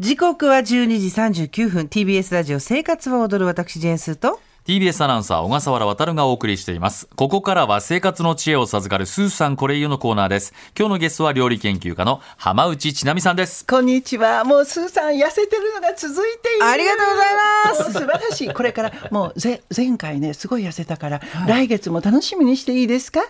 時刻は12時39分 TBS ラジオ生活は踊る私ジェンスーと TBS アナウンサー小笠原渉がお送りしていますここからは生活の知恵を授かるスーさんこれ言うのコーナーです今日のゲストは料理研究家の浜内千奈美さんですこんにちは。もうスーさん痩せてるのが続いている。。ありがとうございます素晴らしい。これからもうぜ前回ねすごい痩せたから、来月も楽しみにしていいですか？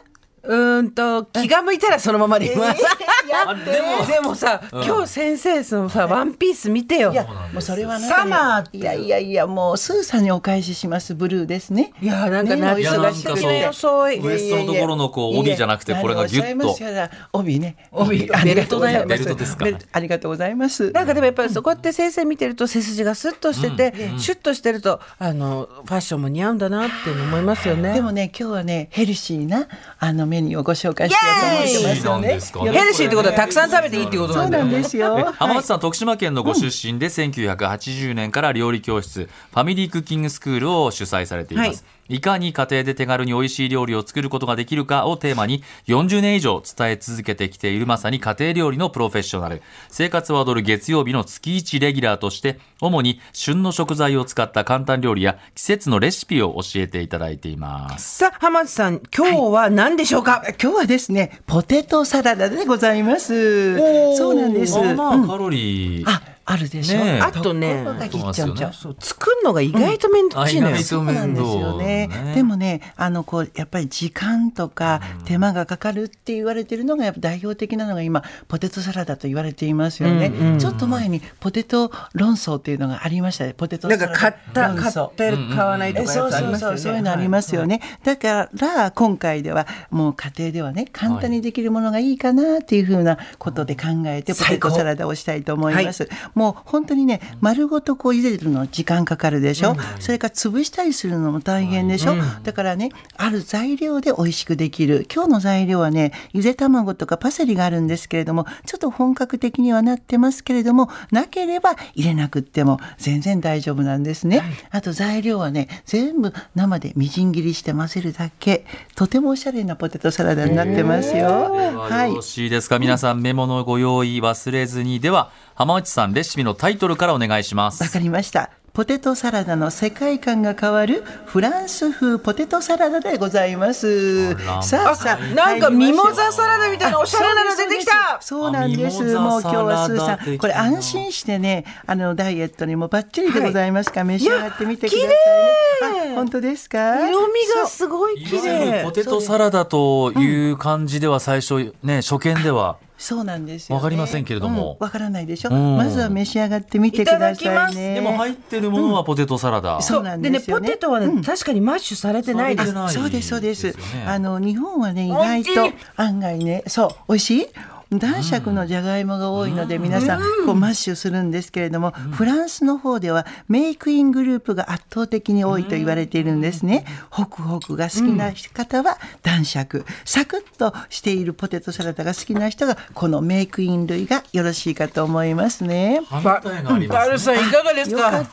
うーんと気が向いたらそのままでいます、やあでもでもさ、今日先生そのさワンピース見てよいやもうそれはなんかサマーっていやいやいやもうスーさんにお返ししますブルーですね。いやなんか夏ねいやなんかそうお忙しくて装いウエストのところのこう帯じゃなくてこれがギュッといやいやいや帯ね帯ありがとうございますベルトですかベルトありがとうございますなんかでもやっぱりそこって先生見てると背筋がスッとしてて、シュッとしてるとあのファッションも似合うんだなっていうの思いますよね。でもね今日はねヘルシーなあのメニューをご紹介しようと思ってますよイエーイヘルシーなんねですかねヘルシーってことはたくさん食べていいってことそなうんだなよんね。ですよえ浜内さん徳島県のご出身で1980年から料理教室ファミリークッキングスクールを主催されています、はいいかに家庭で手軽に美味しい料理を作ることができるかをテーマに40年以上伝え続けてきているまさに家庭料理のプロフェッショナル生活を踊る月曜日の月1レギュラーとして主に旬の食材を使った簡単料理や季節のレシピを教えていただいていますさあ浜内さん今日は何でしょうか。今日はですねポテトサラダでございますそうなんですあまあうんカロリー、ああるでしょねえあとねころが切っちゃうちゃうそう作るのが意外と面倒くさいのよ。うんあ意外とそうなんですよね面倒ねでもねあのこうやっぱり時間とか手間がかかるって言われてるのがやっぱ代表的なのが今ポテトサラダと言われていますよね、ちょっと前にポテト論争っていうのがありましたねポテトなサんラダか買った論買争ってる買わないとえかそやうつありそうますそようね。そういうのありますよね、だから今回ではもう家庭ではね簡単にできるものがいいかなっていうふうなことで考えてポ最テ高トサラダをしたいと思います、もう本当にね丸ごとこう茹でるの時間かかるでしょ、それから潰したりするのも大変でしょ、だからねある材料で美味しくできる今日の材料はねゆで卵とかパセリがあるんですけれどもちょっと本格的にはなってますけれどもなければ入れなくっても全然大丈夫なんですね、あと材料はね全部生でみじん切りして混ぜるだけとてもおしゃれなポテトサラダになってますよははい、よろいしいですか皆さんメモのご用意忘れずにでは浜内さんレシピのタイトルからお願いしまわすかりました。ポテトサラダの世界観が変わるフランス風ポテトサラダでございますあら。さあさあ、なんか入ミりましょうモザサラダみたいなおしゃれなの出てきた。そうなんです。あミモザもう今日はスーサさラダ的ん、なこれ安心してね、あのダイエットにもバッチリでございますから、召し上がってみてくださいねいや綺麗あ本当ですか？色味がすごい綺いわゆる麗ポ。テトサラダという感じでは最初ね初見ではそうなんですよ、ね。わかりませんけれどもうんわ、からないでしょ、うんまずは召し上がってみてくだいたださきますいでね。でも入ってるものはポテトサラダそうなんですよねでねポテトはね、確かにマッシュされてないでされてすな。いそうですそうです。ですよねあの日本はね意美外味しいと案外ねそう美味しい。男爵のじゃがいもが多いので皆さんこうマッシュするんですけれどもフランスの方ではメイクイングループが圧倒的に多いと言われているんですねホクホクが好きな方は男爵サクッとしているポテトサラダが好きな人がこのメイクイン類がよろしいかと思いますね。反対がありまバルすさねんいかがですよかかっ。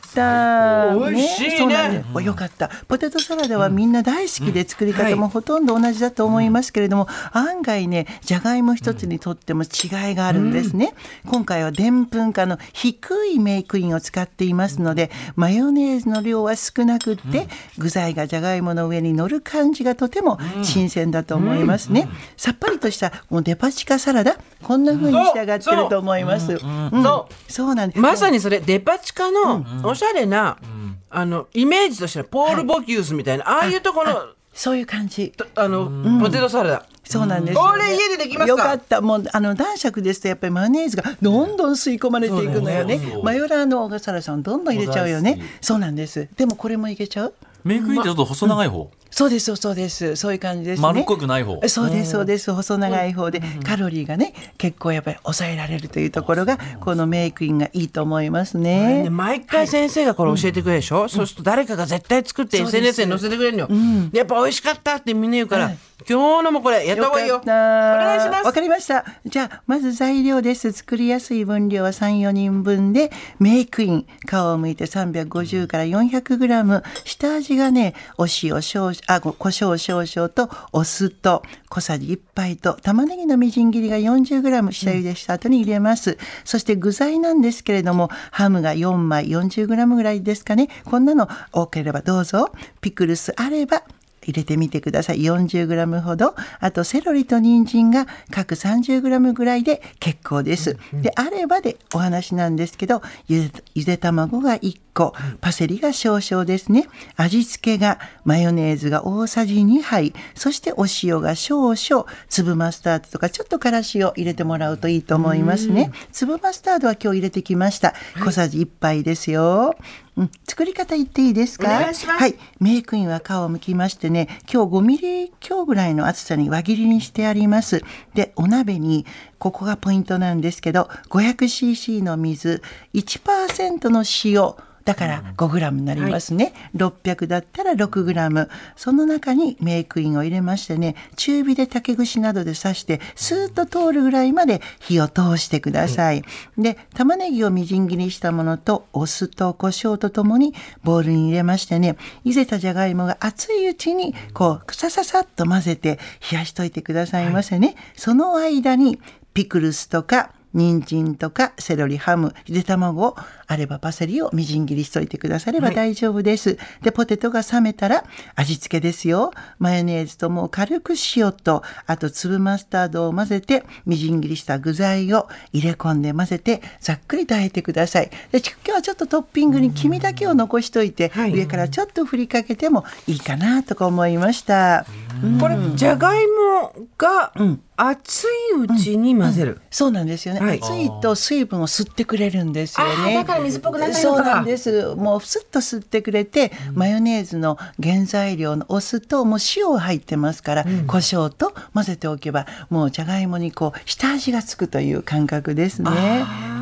た。美味しいねそうなんですよかった。ポテトサラダはみんな大好きで作り方もほとんど同じだと思いますけれども、案外ね、じゃがいも一つにとっても違いがあるんですね。今回はでんぷん化の低いメイクインを使っていますので、マヨネーズの量は少なくって、具材がじゃがいもの上に乗る感じがとても新鮮だと思いますね。さっぱりとしたもうデパ地下サラダ、こんな風に仕上がってると思います。うんそそうなんです。まさにそれデパ地下のおしゃれな、あのイメージとしてはポール・ボキュースみたいな、ああいうとこのそういう感じ。あの、ポテトサラダ。そうなんですこれ家でできますかよかった。もうあの男爵ですとやっぱりマヨネーズがどんどん吸い込まれていくのよねそうだよね。マヨラーの小笠原さんどんどん入れちゃうよ大ね好き。そうなんです。でもこれもいけちゃう。メイクインってちょっと細長い方そうですそうそうです。そういう感じですね。丸っこくない方そうですそうです細長い方でカロリーがね結構やっぱり抑えられるというところがこのメイクインがいいと思いますねで。毎回先生がこれ教えてくれるでしょ、そうすると誰かが絶対作ってそうです SNS に載せてくれるのよ、でやっぱ美味しかったってみんな言うから、はい今日のもこれやった方がいいよおかった願いしますわかりました。じゃあまず材料です。作りやすい分量は3、4人分でメイクイン皮を剥いて350から400グラム。下味がね、お塩少々、あご胡椒少々とお酢と小さじ1杯と玉ねぎのみじん切りが 40g 下茹でした後に入れます、そして具材なんですけれどもハムが4枚 40g ぐらいですかねこんなの多ければどうぞピクルスあれば入れてみてください 40g ほどあとセロリと人参が各 30g ぐらいで結構です、であればでお話なんですけどゆでゆで卵が1個パセリが少々ですね味付けがマヨネーズが大さじ2杯そしてお塩が少々粒マスタードとかちょっとからしを入れてもらうといいと思いますね粒マスタードは今日入れてきました小さじ1杯ですよ、うん、作り方言っていいですかお願いしますはい、メイクインは皮を剥きましてね今日5ミリ強ぐらいの厚さに輪切りにしてありますでお鍋にここがポイントなんですけど 500cc の水1%の塩だから5グラムになりますね、600だったら6グラムその中にメイクインを入れましてね中火で竹串などで刺してスーッと通るぐらいまで火を通してください、で玉ねぎをみじん切りしたものとお酢と胡椒とともにボウルに入れましてね茹でたじゃがいもが熱いうちにこうさささっと混ぜて冷やしといてくださいませね、その間にピクルスとか人参とかセロリハムゆで卵をあればパセリをみじん切りしといてくだされば大丈夫です、でポテトが冷めたら味付けですよマヨネーズともう軽く塩とあと粒マスタードを混ぜてみじん切りした具材を入れ込んで混ぜてざっくり炊いてくださいでち今日はちょっとトッピングに黄身だけを残しといて、はい上からちょっと振りかけてもいいかなとか思いました、これじゃがいもが熱いうちに混ぜる、そうなんですよはね、い熱いと水分を吸ってくれるんですよねあーだから水っぽくならないのそかうなんですもうスッと吸ってくれて、マヨネーズの原材料のお酢ともう塩入ってますから、胡椒と混ぜておけばもうじゃがいもにこう下味がつくという感覚ですね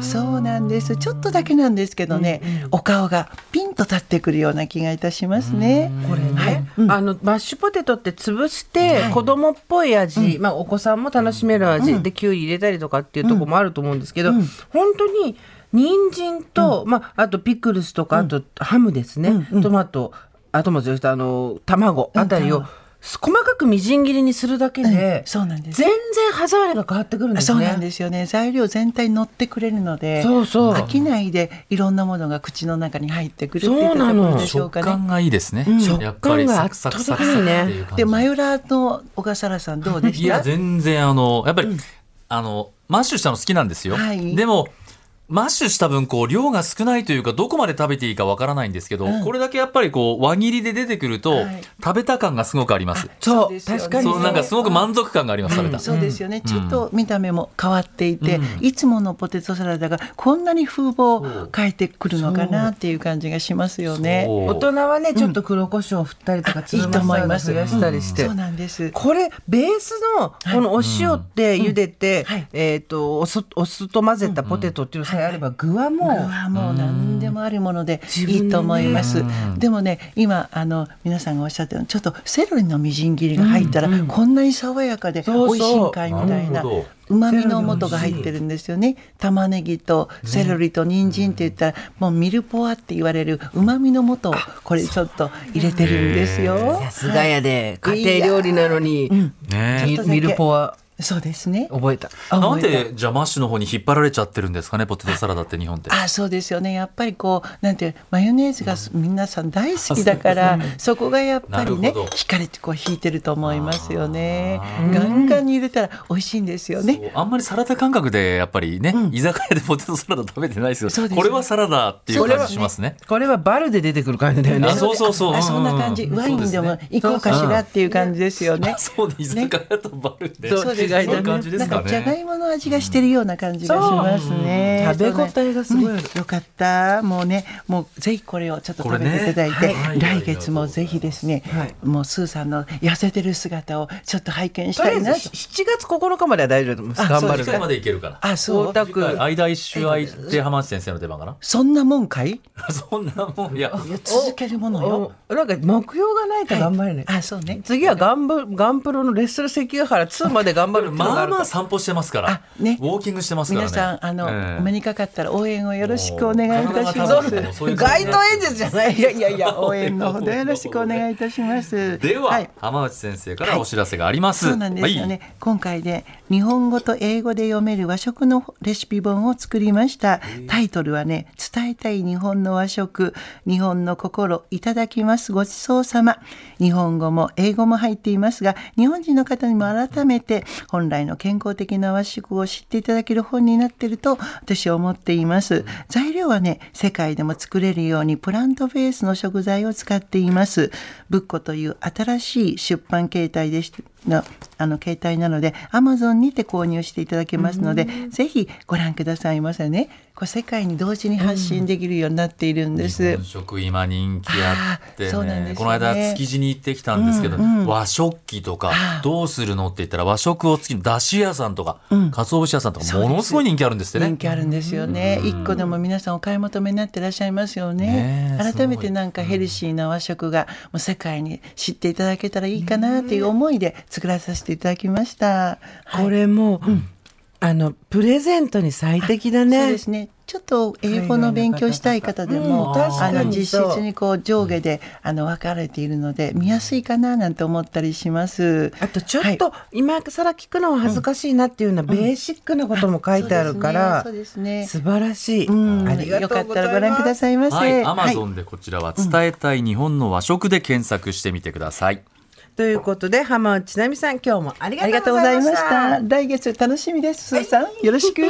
そうなんですちょっとだけなんですけどね、お顔がピンと立ってくるような気がいたしますね、これね、はいあのマッシュポテトって潰して子供っぽい味、まあ、お子さんも楽しめる味、でキュウリ入れたりとかっていうとこもあると思うんですけど、本当に人参と、まあ、あとピクルスとかあとハムですね、トマトあともずっとあの卵あたりを細かくみじん切りにするだけで、そうなんです全然歯触りが変わってくるんですね。そうなんですよね材料全体に乗ってくれるのでそうそう飽きないでいろんなものが口の中に入ってくるっていそううとなこのろでしょう食かね。感がいいですね。んやっぱり食感がサクサクサ圧クサクっ倒的にてねいう感じ。でマヨラーの小笠原さんどうでしたいや全然あのやっぱり、あのマッシュしたの好きなんですよ、はいでもマッシュした分こう量が少ないというかどこまで食べていいかわからないんですけど、これだけやっぱりこう輪切りで出てくると、はい食べた感がすごくありますそそううですよね確かにそうなんかすごくうん満足感があります、食べた、そうですよね、ちょっと見た目も変わっていて、いつものポテトサラダがこんなに風貌を変えてくるのかなっていう感じがしますよね。そう大人はねちょっと黒胡椒を振ったりとか、いいと思います粒マスタード増やしたりして、そうなんです。これベースのこのお塩って茹でて、はいえっ、とお酢お酢と混ぜたポテトっていうのさえあれば具はもう、これはもう何でもあるもので自分いでねいと思います。でもね、今あの皆さんがおっしゃったようにちょっとセロリのみじん切りが入ったら、こんなに爽やかで美そうそう味しいんかいみたいななるほど。旨味の素が入ってるんですよね。玉ねぎとセロリと人参って言ったら、もうミルポワって言われる旨味の素をこれちょっと入れてるんですよ。さすがやで家庭料理なのに、ねミミルポはそうですね。覚えたなん覚えたでじゃあマッシュの方に引っ張られちゃってるんですかねポテトサラダって日本ってあそうですよねやっぱりこうなんてマヨネーズが皆さん大好きだからそこがやっぱりなねるほど惹かれてこう引いてると思いますよねあガンガンに入れたら美味しいんですよねそうあんまりサラダ感覚でやっぱりね、居酒屋でポテトサラダ食べてないですよそうですねこれはサラダっていうそれ感はじしますねこれはバルで出てくる感じだよねあそうそうそうあそんな感じうんワインでも行こうかしらっていう感じですよねそうで居酒屋とバルで、ねそう違いだねいう感じでなすんかかじゃがね。いもの味がしてるような感じがしますね、うんそう食べ応えがすごいあるよかったもうねもうぜひこれをちょっと食べていただいこて、れねはい来月もぜひですね、はいもうスーさんの痩せてる姿をちょっと拝見しとたりあえいずなと7月9日までは大丈夫ですあ頑張次る回までいけるから。あそう大田次区回間一周空いて浜内先生の出番かな。 そんなもんかいそんなもんいや。いや続けるものよ。おなんか目標がないと頑張れない、あ、そうね。次はガンブガンプロのレッスル関ヶ原2まで頑張れるまあまああ散歩してますから、あねウォーキングしてますからね。皆さん、あの、ええお目にかかったら応援をよろしくお願いいたしもまう体が多分もうす。そういう感街じに頭なって演説じゃないいやいやいや、応援のほどよろしくお願いいたします。では、い浜内先生からお知らせがあります。そうなんですよね、今回で日本語と英語で読める和食のレシピ本を作りましたタイトルはね「伝えたい日本の和食日本の心いただきますごちそうさま」日本語も英語も入っていますが日本人の方にも改めて本来の健康的な和食を知っていただける本になっていると私は思っています材料はね世界でも作れるようにプラントベースの食材を使っていますブッコという新しい出版形態でしのあの携帯なので Amazon にて購入していただけますのでぜひご覧くださいませねこう世界に同時に発信できるようになっているんで日す、本食今人気あって、あーそうなんですよねこの間築地に行ってきたんですけど、和食器とかどうするのって言ったら和食を月にだし屋さんとか、鰹節屋さんとかものすごい人気あるんですってね人気あるんですよね一個でも皆さんお買い求めになってらっしゃいますよねねえ改めてなんかヘルシーな和食がもう世界に知っていただけたらいいかなという思いで作らさせていただきました、はいこれも、あのプレゼントに最適だそうねですねちょっと英語の勉強したい方でも、うん確あかにの実そう質にこう上下であの分かれているので見やすいかななんて思ったりします。あとちょっと今更聞くのは恥ずかしいなっていうのはベーシックなことも書いてあるからそうですね。そう素晴らしいですねうん、ありがとようございかっますたらご覧くださいませ。はい、アマはゾいンでこちらは伝えたい日本の和食で検索してみてください。ということで浜内奈美さん今日もありありががとうとごうござざいいままししたた。来月楽しみです。スーさん、よろしく。